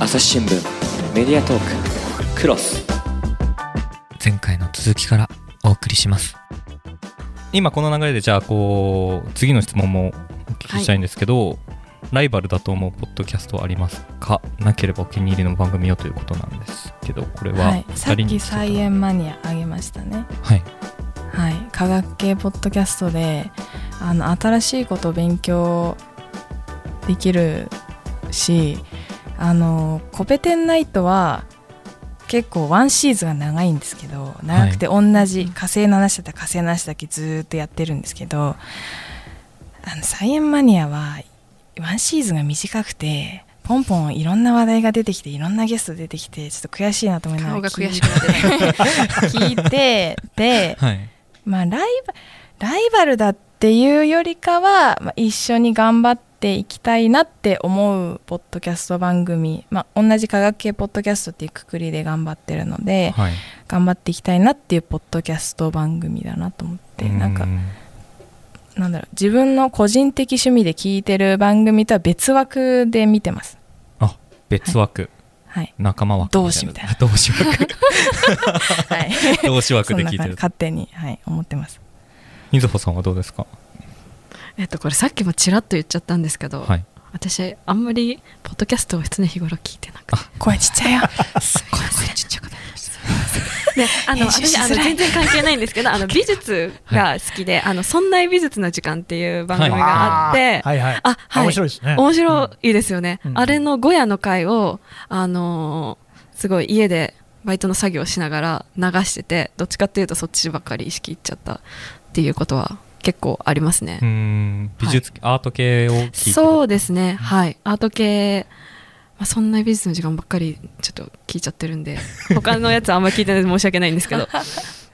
朝日新聞メディアトーククロス前回の続きからお送りします今この流れでじゃあこう次の質問もお聞きしたいんですけど、ライバルだと思うポッドキャストはありますかなければお気に入りの番組をということなんですけどこれは、はいさ二っ人きに「サイエンマニア」あげましたねはいはい科学系ポッドキャストであの新しいことを勉強できるしあのコペテンナイトは結構ワンシーズンが長いんですけど長くて同じ火星の話だったら火星の話だけずーっとやってるんですけどあのサイエンマニアはワンシーズンが短くてポンポンいろんな話題が出てきていろんなゲスト出てきてちょっと悔しいなと思いなが顔がら聞い悔しくなってない聞い てではいまあライバライバルだっていうよりかは、まあ、一緒に頑張っていきたいなって思うポッドキャスト番組、まあ、同じ科学系ポッドキャストっていうくくりで頑張ってるのではい頑張っていきたいなっていうポッドキャスト番組だなと思ってなんかうなんだろう自分の個人的趣味で聞いてる番組とは別枠で見てます。あ別枠、 はい仲間枠同志みたい な同志 枠はい、同志枠そんでな聞いて感じる勝手に、はい、思ってます。みずほさんはどうですか えっとこれさっきもちらっと言っちゃったんですけど、はい私あんまりポッドキャストを常日頃聞いてなくて声ちっちゃい よ。すごい声ちっちゃくなりました。で、あの、編集し私、あづの、らい全然関係ないんですけど、あの、美術が好きで、あの、そんな美術の時間っていう番組があって、はいはい。あ、はい。面白いですね。面白いですよね。うんあれのゴヤの回を、あのーすごい家でバイトの作業しながら流してて、どっちかっていうとそっちばっかり意識いっちゃったっていうことは結構ありますねうー。ん美術、アート系を聞いてるそうですね、はい。アート系、まあ、そんな美術の時間ばっかりちょっと聞いちゃってるんで、 他のやつあんまり聞いてないんで申し訳ないんですけど、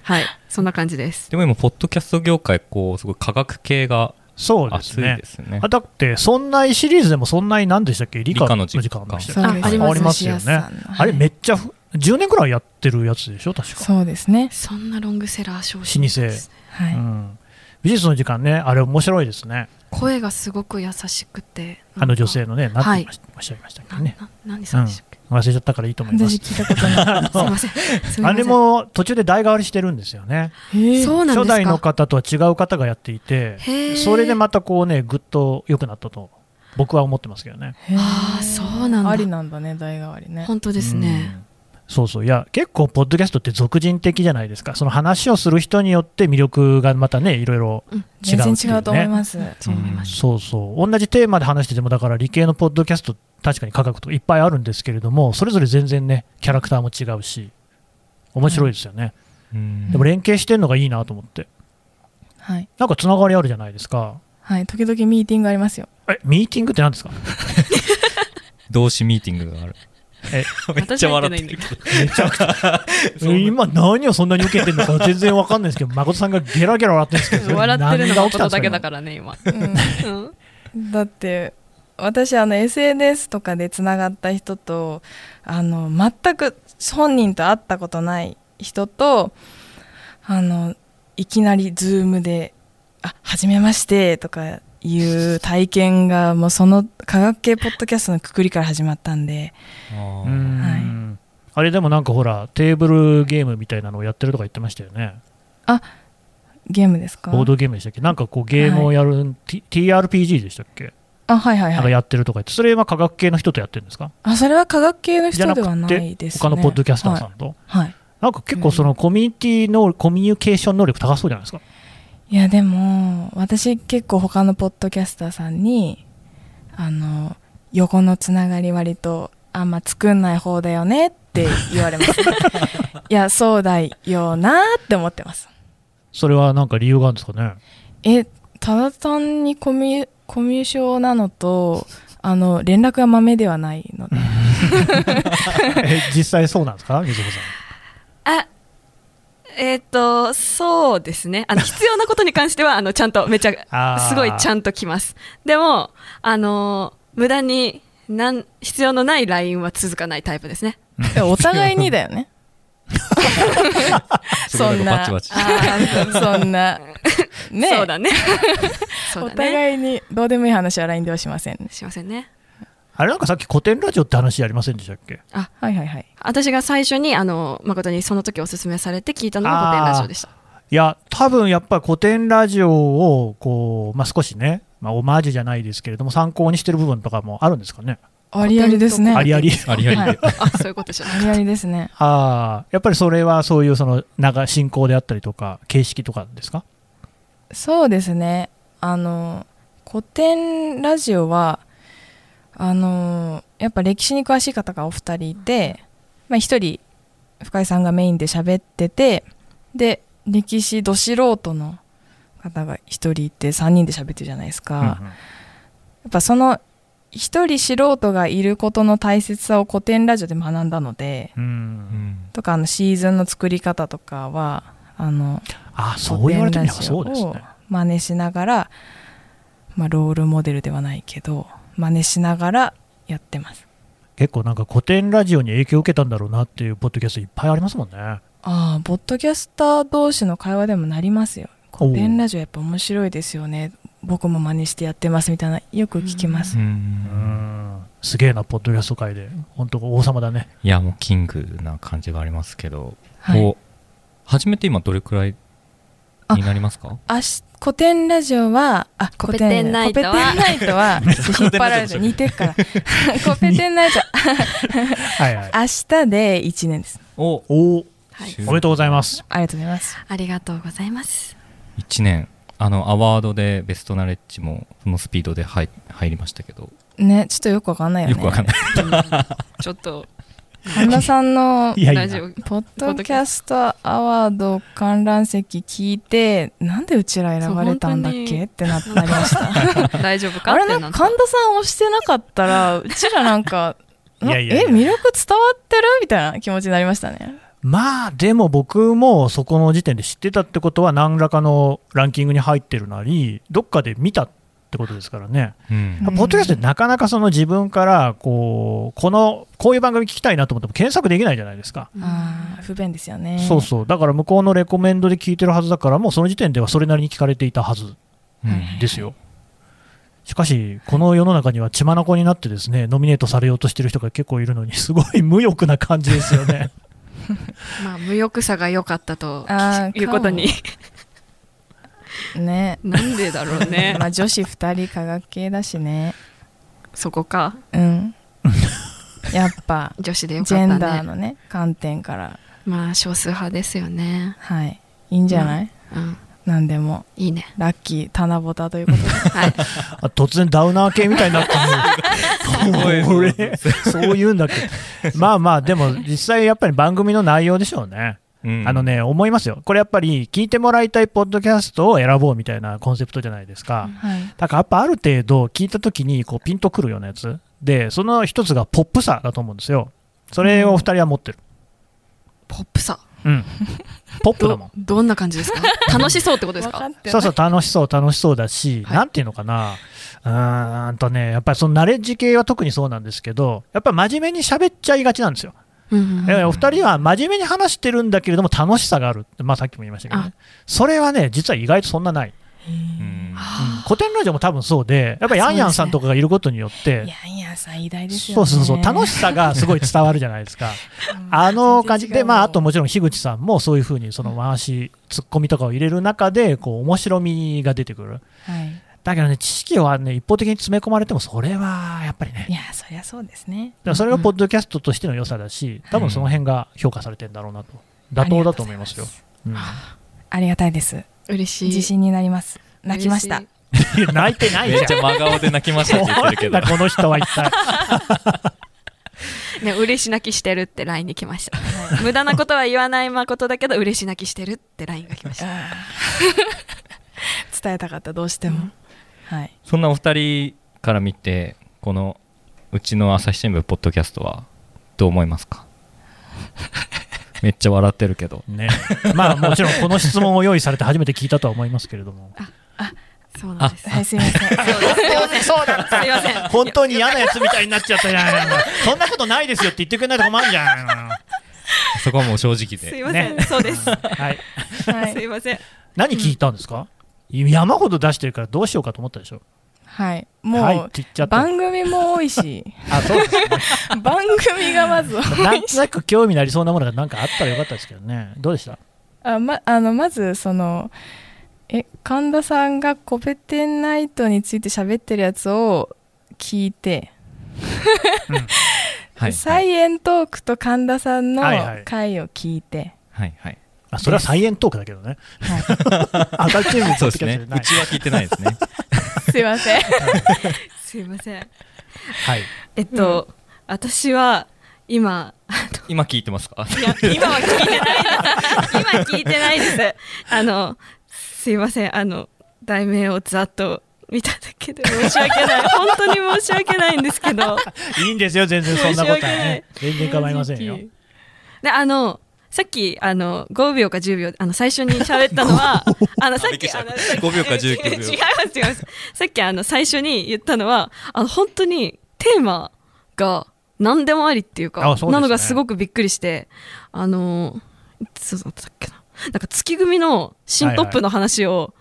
はい、そんな感じです。でも今ポッドキャスト業界こうすごい科学系がそうで熱すいねで。すねあだって、そんないシリーズでもそんない何でしたっけ理科理科の時間でしたそっけうですありますありますよね吉安さんのあれめっちゃふ、10年くらいやってるやつでしょ、確か。そうですね。そんなロングセラー商老品舗ですねはい。うん美術の時間ね、あれ面白いですね。声がすごく優しくて、あの女性のね、なんては言いいましおっしゃいましたっなけんね。な何さんでしたっけ、忘れちゃったからいいと思いま私す。聞いたこと ない。あすいのま せん。すいませんあれも途中で代替わりしてるんですよね。そうなんですか初代の方とは違う方がやっていて、へーそれでまたこうね、ぐっと良くなったと、僕は思ってますけどね。へーあーそうなんだありなんだね代替わりね。本当ですね。うん。そうそういや結構ポッドキャストって俗人的じゃないですかその話をする人によって魅力がまたねいろいろ違う全然違うと思います。そう思います。そうそう同じテーマで話しててもだから理系のポッドキャスト確かに科学とかいっぱいあるんですけれどもそれぞれ全然ねキャラクターも違うし面白いですよね、うんでも連携してるのがいいなと思ってはいなんかつながりあるじゃないですかはい時々ミーティングありますよ。えミーティングって何ですか同志ミーティングがあるえ めっちゃ笑ってるけどめちゃく ちゃ今何をそんなに受けてるのか全然わかんないですけど誠さんがゲラゲラ笑ってるんですけどそれ笑ってるのが何が起きこたとんですだけ今だからね、今。うんだって私あの SNS とかでつながった人とあの全く本人と会ったことない人とあのいきなり Zoom で「あはじめまして」とかいう体験がもうその科学系ポッドキャストのくくりから始まったんであうーんあれでもなんかほらテーブルゲームみたいなのをやってるとか言ってましたよねゲームですかボードゲームでしたっけなんかこうゲームをやる、T- TRPG でしたっけあはいはいなんはかいやってるとか言ってそれは科学系の人とやってるんですかあそれは科学系のじゃ人なではなくいてですね他のポッドキャスターさはいんと、はいなんか結構そのコミュニティのコミュニケーション能力高そうじゃないですかいやでも私結構他のポッドキャスターさんにあの横のつながり割とあんま作んない方だよねって言われ ます、いやそうだよなって思ってますそれはなんか理由があるんですかねえただ単にコミュコミュ障なのとあの連絡がまめではないのでえ実際そうなんですか水子さんあえっ、とそうですねあの必要なことに関してはあのちゃんとめちあゃーすごいちゃんときますでもあの無駄になん必要のない LINE は続かないタイプですねえお互いにだよ ねすごいそんなんかバなチバチあーそ んなねそうだねそうおだね 互いにどうでもいい話は LINE ではしませんすいませんねあれなんかさっき古典ラジオって話やりませんでしたっけはいはいはい私が最初にあの誠にその時おすすめされて聞いたのが古典ラジオでしたいや多分やっぱ古典ラジオをこう、まあ、少しね、まあ、オマージュじゃないですけれども参考にしてる部分とかもあるんですかねありありですねありありありありで。はあそういうことじゃ ないありありですねああやっぱりそれはそういうその長進行であったりとか形式とかですかそうですねあの古典ラジオはあのやっぱ歴史に詳しい方がお二人いて、まあ、一人深井さんがメインで喋っててで歴史ど素人の方が一人いて3人で喋ってるじゃないですか、やうんうんっぱその一人素人がいることの大切さを古典ラジオで学んだのでうんとかあのシーズンの作り方とかはあのああそう言われてみれば古典ラジオそをうですね真似しながら、まあ、ロールモデルではないけど真似しながらやってます結構なんか古典ラジオに影響を受けたんだろうなっていうポッドキャストいっぱいありますもんねああポッドキャスター同士の会話でもなりますよ古弁ラジオやっぱ面白いですよね僕も真似してやってますみたいなよく聞きます、うんすげえなポッドキャスト界で本当王様だねいや、もうキングな感じがありますけど、はいこう始めて今どれくらいになりますかあし古典ラジオはあコペテンナイトはコペテンナイト は引っ張られて似てっ からコペテンナイトはいはい明日で1年ですおおおはいおめでとうございますありがとうございますありがとうございます1年あのアワードでベストナレッジもそのスピードで入入りましたけどねちょっとよくわかんないよねよくわかんないちょっと神田さんのいやいやラジオポッドキャストアワード観覧席聞いてなんでうちら選ばれたんだっそう本当にけってななりました大丈夫かあっれてななんっかた神田さん押してなかったらうちらなんか いやいやいやえ魅力伝わってるみたいな気持ちになりましたねまあでも僕もそこの時点で知ってたってことは何らかのランキングに入ってるなりどっかで見たってことですからね、うんうんポッドキャストってなかなかその自分からこうこのこういう番組聞きたいなと思っても検索できないじゃないですか、あー不便ですよねそうそうだから向こうのレコメンドで聞いてるはずだからもうその時点ではそれなりに聞かれていたはずうんですよしかしこの世の中には血眼になってですねノミネートされようとしてる人が結構いるのにすごい無欲な感じですよねまあ無欲さが良かったとあーいうことに ねなんでだろうね まあ女子2人科学系だしねそこかうん やっぱ女子でよジかェっンダたーねのね観点からまあ少数派ですよねはいいいんじゃない、うんなんでもいい ねラッキー棚ぼたということではいあ突然ダウナー系みたいになって るもう俺そういうんだっけまあまあでも実際やっぱり番組の内容でしょうね、うんあのね思いますよこれやっぱり聞いてもらいたいポッドキャストを選ぼうみたいなコンセプトじゃないですか、はいだからやっぱある程度聞いた時にこうピンとくるようなやつでその一つがポップさだと思うんですよそれをお二人は持ってる、ポップさうん、ポップだもどんどんな感じですか楽しそうってことですかってそうそう楽しそう楽しそうだし、はいなんていうのかなうーんとねやっぱりそのナレッジ系は特にそうなんですけどやっぱ真面目に喋っちゃいがちなんですよ、うんうんだからお二人は真面目に話してるんだけれども楽しさがあるまあさっきも言いましたけどね、それはね実は意外とそんなない、うんうん古典ラジオも多分そうでやっぱりヤンヤンさんとかがいることによっていやいやさん偉大ですよそねうそうそう楽ししさがすごい伝わるじゃな いですかあの感じでまああともちろん樋口さんもそういうふうにその回しツッコミとかを入れる中でこう面白みが出てくるはいだけどね知識はね一方的に詰め込まれてもそれはやっぱりねいやそりゃそうですねだからそれがポッドキャストとしての良さだし多分その辺が評価されてんだろうなと妥当だと思いますよ、うん、ありがたいです嬉しい自信になります泣きました嬉いや 泣いてないめっちじゃゃん真顔で泣きましたって言ってるけなんどだ この人は一体しいね嬉し泣きしてるって LINE に来ました無駄なことは言わない誠だけど嬉し泣きしてるって LINE が来ましたあー 伝えたかったどうしても、はいそんなお二人から見てこのうちの朝日新聞ポッドキャストはどう思います かめっちゃ笑ってるけどねまあもちろんこの質問を用意されて初めて聞いたとは思いますけれどもそうなんですはいすいませんそうだすいません本当に嫌なやつみたいになっちゃったじゃないのそんなことないですよって言ってくれないと困るじゃないのそこはもう正直すでいませんねそうです すはい、はいいません何聞いたんですか、山ほど出してるからどうしようかと思ったでしょはいはいっもて言っちゃうった。番組も多 いしあ、そうですね。番組がまず多 なんいとしなく興味のありそうなものがなんかあったらよかったですけどね。どうでしたあまあのまずそのえ神田さんがコペテンナイトについて喋ってるやつを聞いて、はいサイエントークと神田さんのはいはい回を聞いて、はいはいあ、それはサイエントークだけど ね。はい あ、タチームそうですねうないちは聞いてないですねすいま せんすいませんはい。えっと、私は今 今聞いてますかいや今は聞いて ないです今聞いてないですあのすいませんあの題名をざっと見ただけで申し訳 ない本当に申し訳ないんですけどいいんですよ、全然そんなことはね。全然構いませんよ。であのさっきあの5秒か10秒あの最初に喋った のはあのさっびっくりきしたあのさっき5秒か19秒違います違いますさっきあの最初に言ったのはあの本当にテーマが何でもありっていうかあそうですねなのがすごくびっくりしてあのそうだったっけななんか月組の新トップの話を、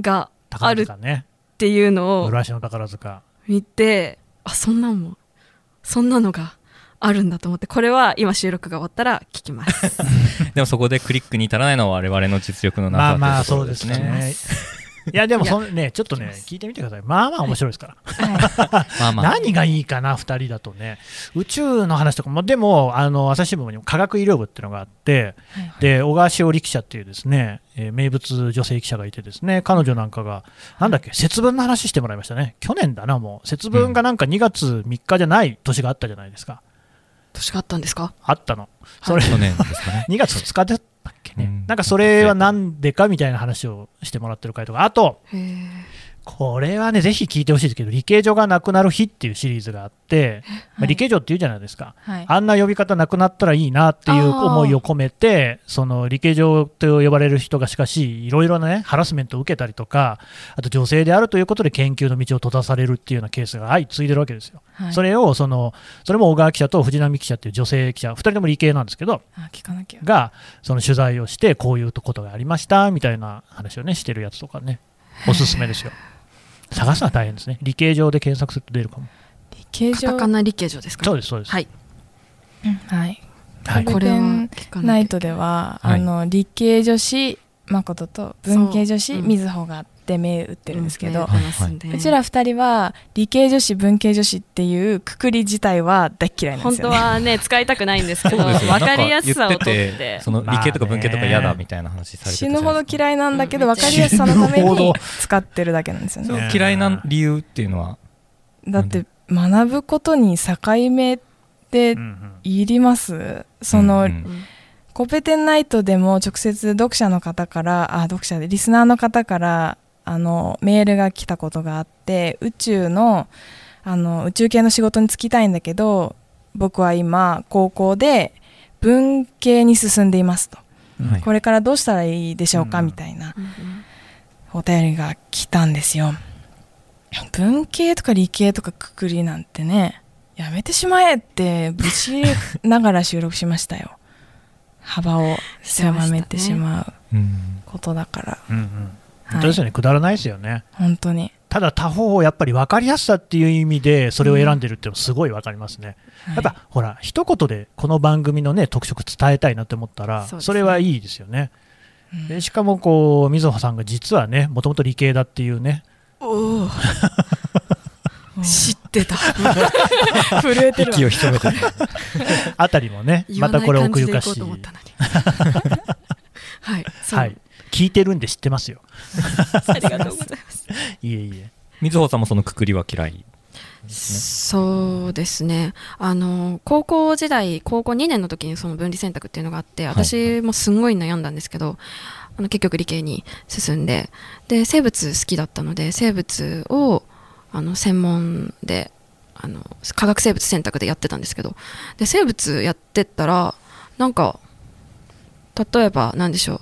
があ宝る塚ね。っていうのを浦島宝塚。見てあそんなんもそんなのがあるんだと思ってこれは今収録が終わったら聞きます でもそこでクリックに足らないのは我々の実力のまあ中まあ、といそうこうとですね。いや、でもそのね、ちょっとね、聞いてみてください。まあまあ面白いですから。まあまあ何がいいかな、2人だとね、宇宙の話とかも、でも、あの朝日新聞にも科学医療部っていうのがあって、で小川詩織記者っていうですね、えー名物女性記者がいて、ですね彼女なんかが、なんだっけ、節分の話してもらいましたね、去年だな、もう、節分がなんか2月3日じゃない年があったじゃないですか、年があったんですかあったの、それ、去年です かね2月2日だったっけね、うんなんかそれはなんでかみたいな話をしてもらってる回とか、あと、へえこれはね、ぜひ聞いてほしいですけど、理系女がなくなる日っていうシリーズがあって、まあ、理系女っていうじゃないですか。はいあんな呼び方なくなったらいいなっていう思いを込めて、その理系上と呼ばれる人がしかし、いろいろなね、ハラスメントを受けたりとか、あと女性であるということで研究の道を閉ざされるっていうようなケースが相次いでるわけですよ。はいそれを、その、それも小川記者と藤波記者っていう女性記者、2人とも理系なんですけど、あ聞かなきゃが、その取材をして、こういうことがありましたみたいな話をね、してるやつとかね、おすすめですよ。探すのは大変ですね。理系上で検索すると出るかも。理系カタ上カナ理系上ですかそうです、そうです。はいはいはいここれは聞かナないイとトでは、はいあの理系女子誠と文系女子そううん瑞穂があって銘打ってるんですけど、うん話すんでうちら二人は理系女子文系女子っていうくくり自体は大嫌いなんで本す当よね。はね使いたくないんですけどそうですよわかりやすさをなん取かっ言てっててその理系とか文系とか嫌だみたいな話されて死たじぬゃなほいどですか嫌いなんだけどうん分かりやすさのため死ぬほどに使ってるだけなんですよそね。の嫌いな理由っていうのはだって学ぶことに境目ってうんうんいりますその、うんうんコペテンナイトでも直接読者の方からあ読者でリスナーの方からあのメールが来たことがあって宇宙のあの宇宙系の仕事に就きたいんだけど僕は今高校で文系に進んでいますと、はいこれからどうしたらいいでしょうか、うんみたいなうんお便りが来たんですよ文系とか理系とかくくりなんてねやめてしまえってぶちながら収録しましたよ 幅を狭めてしまううんことだから、うんうん本は当ですい、よね、くだらないですよね。本当にただ他方をやっぱり分かりやすさっていう意味でそれを選んでるっていうのすごい分かりますね、はいやっぱほら一言でこの番組のね特色伝えたいなって思ったらそうですねそれはいいですよねでしかもこうみずほさんが実はねもともと理系だっていうねおー知ってた震えてるわ息を潜めてあたりもね言わまなたいこれ感奥じでゆいかこうしいと思ったのに はいそうはい聞いてるんで知ってますよありがとうございますいえいえ水穂さんもそのくくりは嫌いそうですねあの高校時代高校2年の時にその分離選択っていうのがあってい私もすんごい悩んだんですけど、あの結局理系に進んでで生物好きだったので生物をあの専門であの科学生物選択でやってたんですけどで生物やってったらなんか例えば何でしょ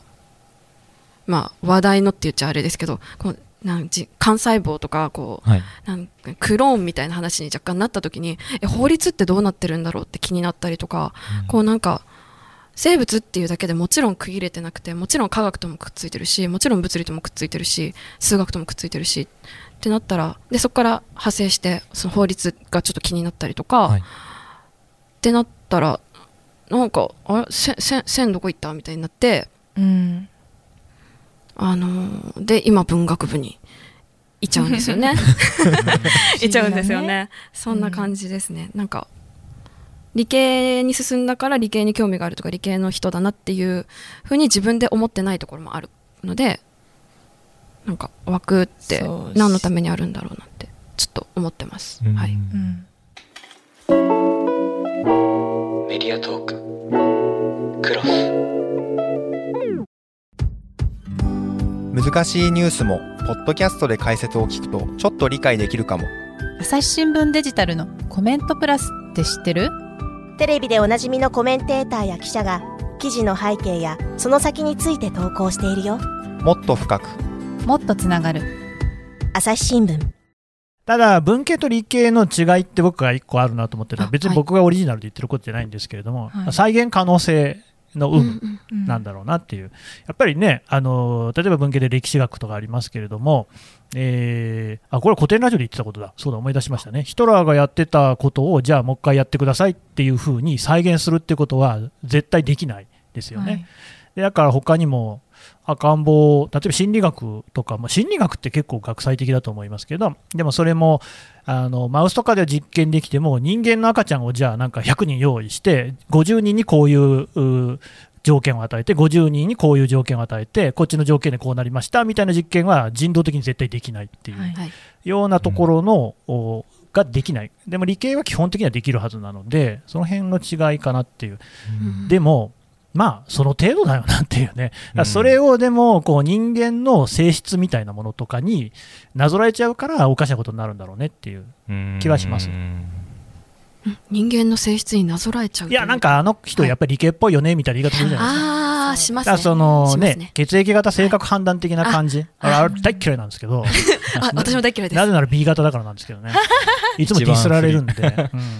うまあ話題のって言っちゃあれですけどこうなんじ幹細胞とかこう はいなんかクローンみたいな話に若干なった時にえ法律ってどうなってるんだろうって気になったりとか、こうなんか生物っていうだけでもちろん区切れてなくてもちろん科学ともくっついてるしもちろん物理ともくっついてるし数学ともくっついてるしっってなったらでそこから派生してその法律がちょっと気になったりとか、はいってなったらなんかあれせせ線どこ行ったみたいになって、うんあのーで今文学部にいちゃうんですよ ね。いちゃうんですよね。そんな感じですね、なんか理系に進んだから理系に興味があるとか理系の人だなっていうふうに自分で思ってないところもあるのでなんか枠ってそう何のためにあるんだろうなってちょっと思ってます、うんはい、うんメディアトーククロス難しいニュースもポッドキャストで解説を聞くとちょっと理解できるかも朝日新聞デジタルのコメントプラスって知ってるテレビでおなじみのコメンテーターや記者が記事の背景やその先について投稿しているよもっと深くもっとつながる朝日新聞ただ文系と理系の違いって僕が一個あるなと思ってるのはあ別に僕がオリジナルで言ってることじゃないんですけれども、はい再現可能性の有うん無うんうんなんだろうなっていう、やっぱりねあの例えば文系で歴史学とかありますけれども、えーあこれ古典ラジオで言ってたことだそうだ思い出しましたねヒトラーがやってたことをじゃあもう一回やってくださいっていうふうに再現するってことは絶対できないですよね、はいでだから他にも赤ん坊例えば心理学とか、まあ、心理学って結構学際的だと思いますけどでもそれもあのマウスとかでは実験できても人間の赤ちゃんをじゃあなんか100人用意して50人にこういううー条件を与えて50人にこういう条件を与えてこっちの条件でこうなりましたみたいな実験は人道的に絶対できないっていうはいはいようなところの、おができないでも理系は基本的にはできるはずなのでその辺の違いかなっていううんでも、まあ、その程度だよなっていうね、だかうらんそれをでもこう人間の性質みたいなものとかになぞらえちゃうから、おかしなことになるんだろうねっていう、うん気はします人間の性質になぞらえちゃういとうや、なんかあの人、やっぱり理系っぽいよねみたいな言い方するじゃないですか。ああしまだすかねらそのしますねね血液型性格判断的な感じ、あれあれ大っ嫌いなんですけど、あ私も大嫌いですなぜなら B 型だからなんですけ どね、いつもディスられるんで、うん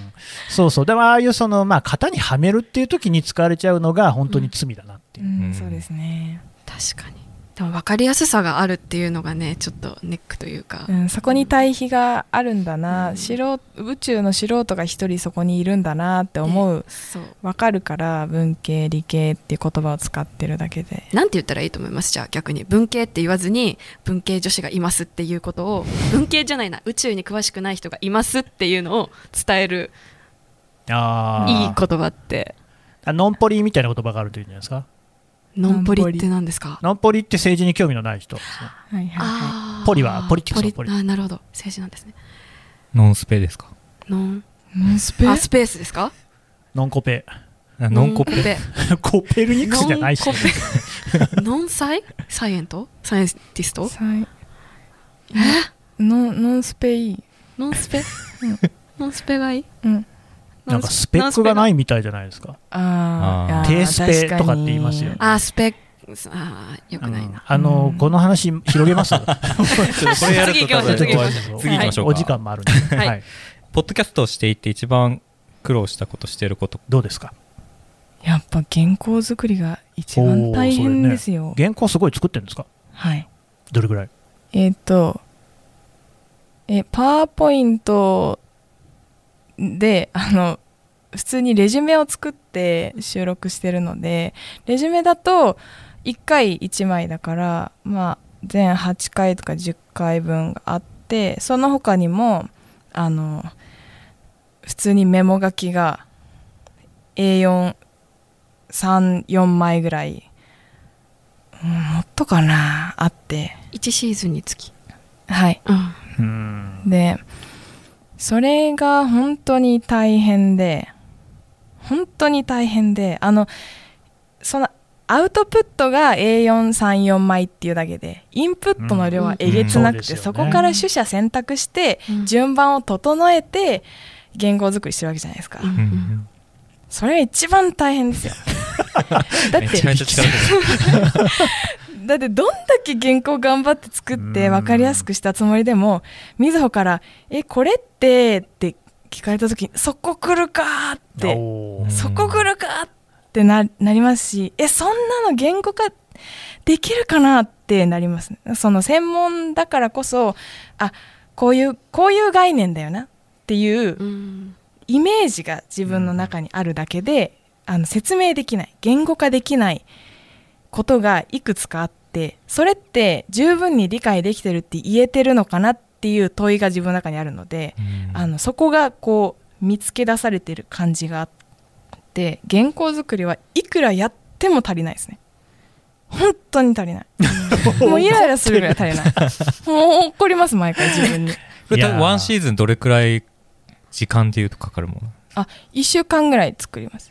そうそう、でもああいうその、まあ、型にはめるっていう時に使われちゃうのが、本当に罪だなっていうう、んそうですね、確かにでも分かりやすさがあるっていうのがねちょっとネックというか、うん、そこに対比があるんだな、素人宇宙の素人が一人そこにいるんだなって思うそうわかるから文系理系っていう言葉を使ってるだけでなんて言ったらいいと思いますじゃあ逆に文系って言わずに文系女子がいますっていうことを文系じゃないな宇宙に詳しくない人がいますっていうのを伝えるあーいい言葉ってあノンポリみたいな言葉があるというんじゃないですか。ノンポリって何ですかノンポリって政治に興味のない人ですね。はいはいはあーポリはポリティクスのポポリリあなるほど政治なんですねノンスペですかノンいうんスペあスペースですかノンコペ。あノンコペコペルニクスじゃ ないし、ね。ペノンサイサイエントサイエンティストさいノンノンスペイノンス ペうんノンスペがいいうんなんかスペックがないみたいじゃないですか。ああーーあ低スペとかって言いますよ確かあースペあーよくないな、あの、うんこの話広げますこれやると多分次行きまちょっと次行きましょうかお時間もあるんで。はいはい。ポッドキャストをしていて一番苦労したことしてることどうですかにやっぱ原稿作りが一番大変ですよ、原稿すごい作ってるんですかはいどれぐらいえっ、とえパワーポイントであの普通にレジュメを作って収録してるのでレジュメだと1回1枚だから、まあ、全8回とか10回分があってその他にもあの普通にメモ書きが A434 枚ぐらい、うん、もっとかなあって1シーズンにつき、はいうん、うん。でそれが本当に大変で本当に大変であのそのアウトプットが A434 枚っていうだけでインプットの量はえげつなくて、うんうんそこから取捨選択してうん順番を整えて言語作りしてるわけじゃないですか、うんそれが一番大変 ですよだっめてちゃめちゃ力出だってどんだけ原稿頑張って作ってうん分かりやすくしたつもりでもみずほから「えこれって?」って聞かれた時に「そこ来るか!」ってお「ーそこ来るか!」ってななりますし「えそんなの言語化できるかな?」ってなりますねその専門だからこそあこういうこういう概念だよなっていううんイメージが自分の中にあるだけで、あの説明できない言語化できないことがいくつかあってそれって十分に理解できてるって言えてるのかなっていう問いが自分の中にあるので、あのそこがこう見つけ出されてる感じがあって原稿作りはいくらやっても足りないですね本当に足 りないもうイライラするぐらい足りないもう怒ります毎回自分にこれ多いや分ーワンシーズンどれくらい時間でいうとかかるもの1週間ぐらい作ります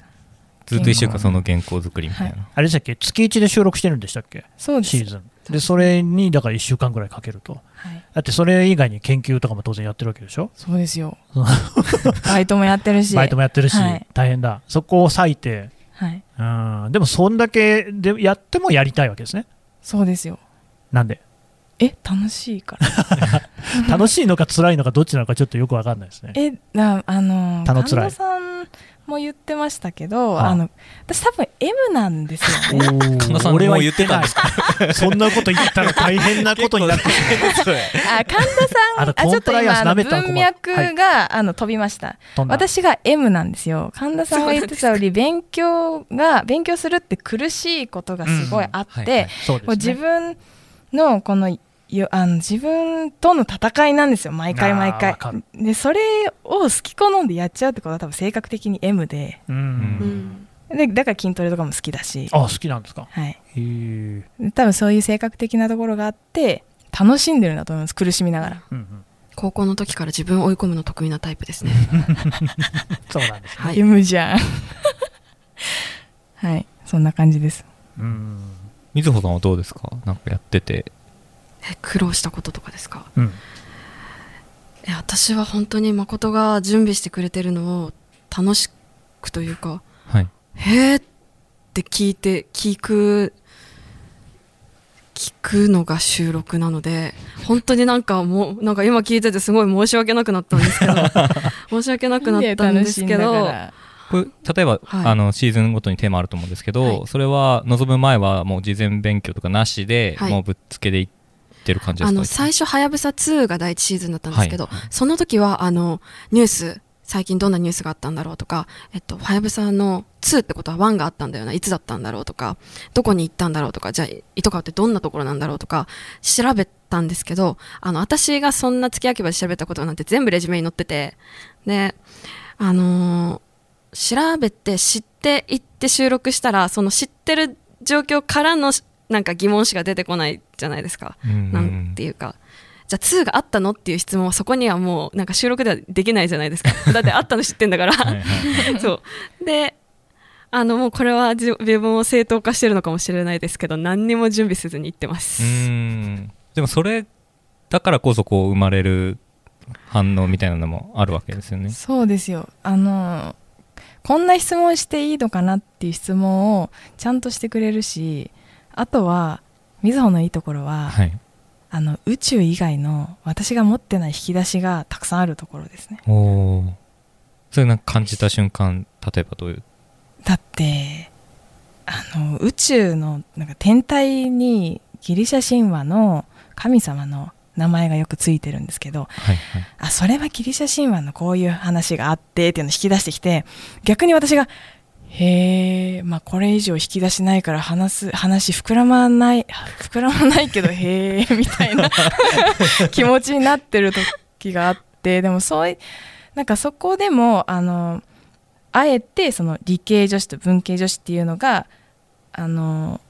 ずっと一週間その原稿作りみたいな。あれでしたっけ月1で収録してるんでしたっけそうですシーズンでそれにだから1週間ぐらいかけるとはい、だってそれ以外に研究とかも当然やってるわけでしょそうです よバイトもやってるしバイトもやってるし、はい大変だそこを割いてはい、うんでもそんだけでやってもやりたいわけですねそうですよなんでえ楽しいから楽しいのか辛いのかどっちなのかちょっとよくわかんないですねえなあのたの神つらい田さんも言ってましたけどあああの私多分 M なんです よね神神田さんもう言ってたんですかそんなこと言ったら大変なことになって るあ神田さんあのあコちょンっプとライアン今スあの舐めたら困る文脈が、あの飛びました飛んだ私が M なんですよ神田さんが言ってたより勉強が勉強するって苦しいことがすごいあって、うんはいはいそうもうです自ね分のこのよあの自分との戦いなんですよ毎回あー毎わ回かるでそれを好き好んでやっちゃうってことは多分性格的に M でううんんでだから筋トレとかも好きだし、あ好きなんですかはい、へえで多分そういう性格的なところがあって楽しんでるんだと思います苦しみながらうんうん高校の時から自分を追い込むの得意なタイプ ですね。そうなんですねはい。 M じゃん はいそんな感じですうんみずほさんはどうですかなんかやってて。え苦労したこととかですかうんえ私は本当に誠が準備してくれてるのを楽しくというかはい。へえって聞いて聞く聞くのが収録なので本当になんかもうなんか今聞いててすごい申し訳なくなったん ですけど申し訳なくなったんですけ楽しんだどからこれ例えば、はいあのシーズンごとにテーマあると思うんですけど、はいそれは望む前はもう事前勉強とかなしで、はいもうぶっつけでいってる感じですあかの最初初「はやぶさ2」が第一シーズンだったんですけど、はいその時はあのニュース最近どんなニュースがあったんだろうとか「えっと、はやぶさ」の2ってことは1があったんだよないつだったんだろうとかどこに行ったんだろうとかじゃあ糸川ってどんなところなんだろうとか調べたんですけどあの私がそんな月秋葉で調べたことなんて全部レジュメに載っててであのー調べて知っていって収録したらその知ってる状況からのなんか疑問しか出てこないじゃないですか。なんていうか、じゃあ2があったのっていう質問はそこにはもうなんか収録ではできないじゃない ですかだってあったの知ってんだからはいはい そうであのもうこれは自自分を正当化してるのかもしれないですけど何にも準備せずに行ってまうす、ーんでもそれだからこそこう生まれる反応みたいなのもあるわけですよね。そうですよあのこんな質問していいのかなっていう質問をちゃんとしてくれるしあとはみずほのいいところは、はい、あの宇宙以外の私が持ってない引き出しがたくさんあるところですねおおそれなんか感じた瞬間例えばどういうだってあの宇宙のなんか天体にギリシャ神話の神様の名前がよくついてるんですけどはいはいあそれはギリシャ神話のこういう話があってっていうのを引き出してきて逆に私が「へえまあこれ以上引き出しないから話す話膨らまない膨らまないけどへえ」みたいな 気持ちになってる時があってでもそういなんかそこでもあのあえてその理系女子と文系女子っていうのがあの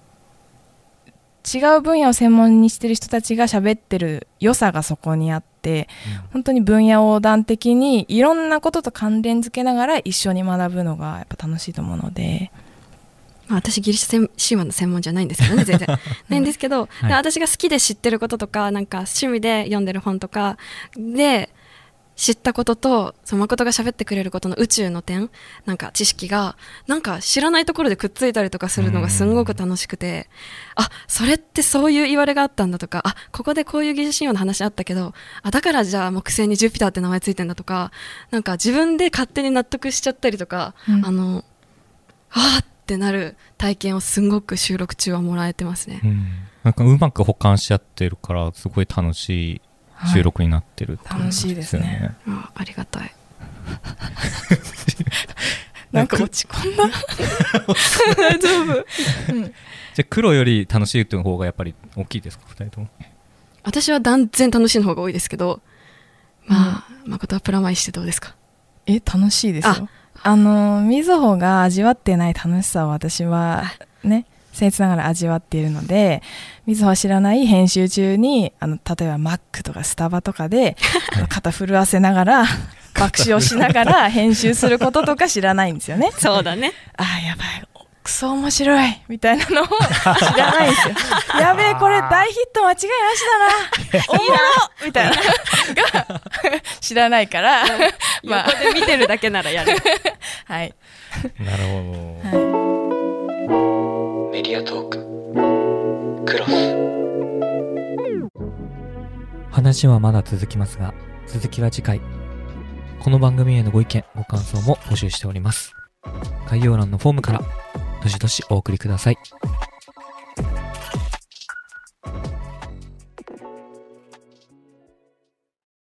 違う分野を専門にしてる人たちが喋ってる良さがそこにあって本当に分野横断的にいろんなことと関連づけながら一緒に学ぶのがやっぱ楽しいと思うのでまあ、私ギリシャ神話の専門じゃないんですけどね全然ないんですけど、いで私が好きで知ってることとかなんか趣味で読んでる本とかで知ったこととその誠が喋ってくれることの宇宙の点なんか知識がなんか知らないところでくっついたりとかするのがすんごく楽しくてあそれってそういう言われがあったんだとかあここでこういうギリシャ神話の話あったけどあだからじゃあ木星にジュピターって名前ついてんだとかなんか自分で勝手に納得しちゃったりとか、うんあのあーってなる体験をすんごく収録中はもらえてますね。うん、なんかうまく保管し合ってるからすごい楽しいはい収録になってるってうこと楽しいですよね。あありがたいなんか落ち込んだ 大丈夫、うんじゃあ黒より楽しいっていう方がやっぱり大きいですか二人とも私は断然楽しいの方が多いですけどまあ、誠はプラマイしてどうですかえ楽しいですよあのみずほが味わってない楽しさを私はね僭越ながら味わっているのでみずほは知らない編集中にあの例えばマックとかスタバとか であの肩震わせながら爆笑しながら編集することとか知らないんですよね。そうだねあーやばいおクソ面白いみたいなのを知らないんですよやべえこれ大ヒット間違いなしだなおもろみたいなのが知らないからまあ横で見てるだけならやるはい、 なるほはいメディアトーククロス話はまだ続きますが、続きは次回。この番組へのご意見、ご感想も募集しております。概要欄のフォームから、どしどしお送りください。